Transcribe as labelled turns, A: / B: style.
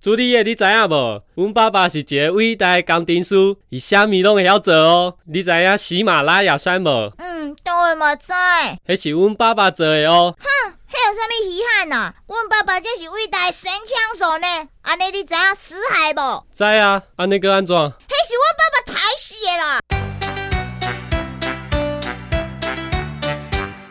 A: 朱丽叶，你知影无？阮爸爸是一个伟大的工程师，伊啥物拢会晓做哦。你知影喜马拉雅山无？
B: 嗯，当然嘛知。迄
A: 迄是阮爸爸做的哦。
B: 有啥物遗憾呐、阮爸爸这是伟大的神枪手呢。安尼你知影死海无？
A: 知啊，安尼个安怎？
B: 迄是阮爸爸抬死的啦。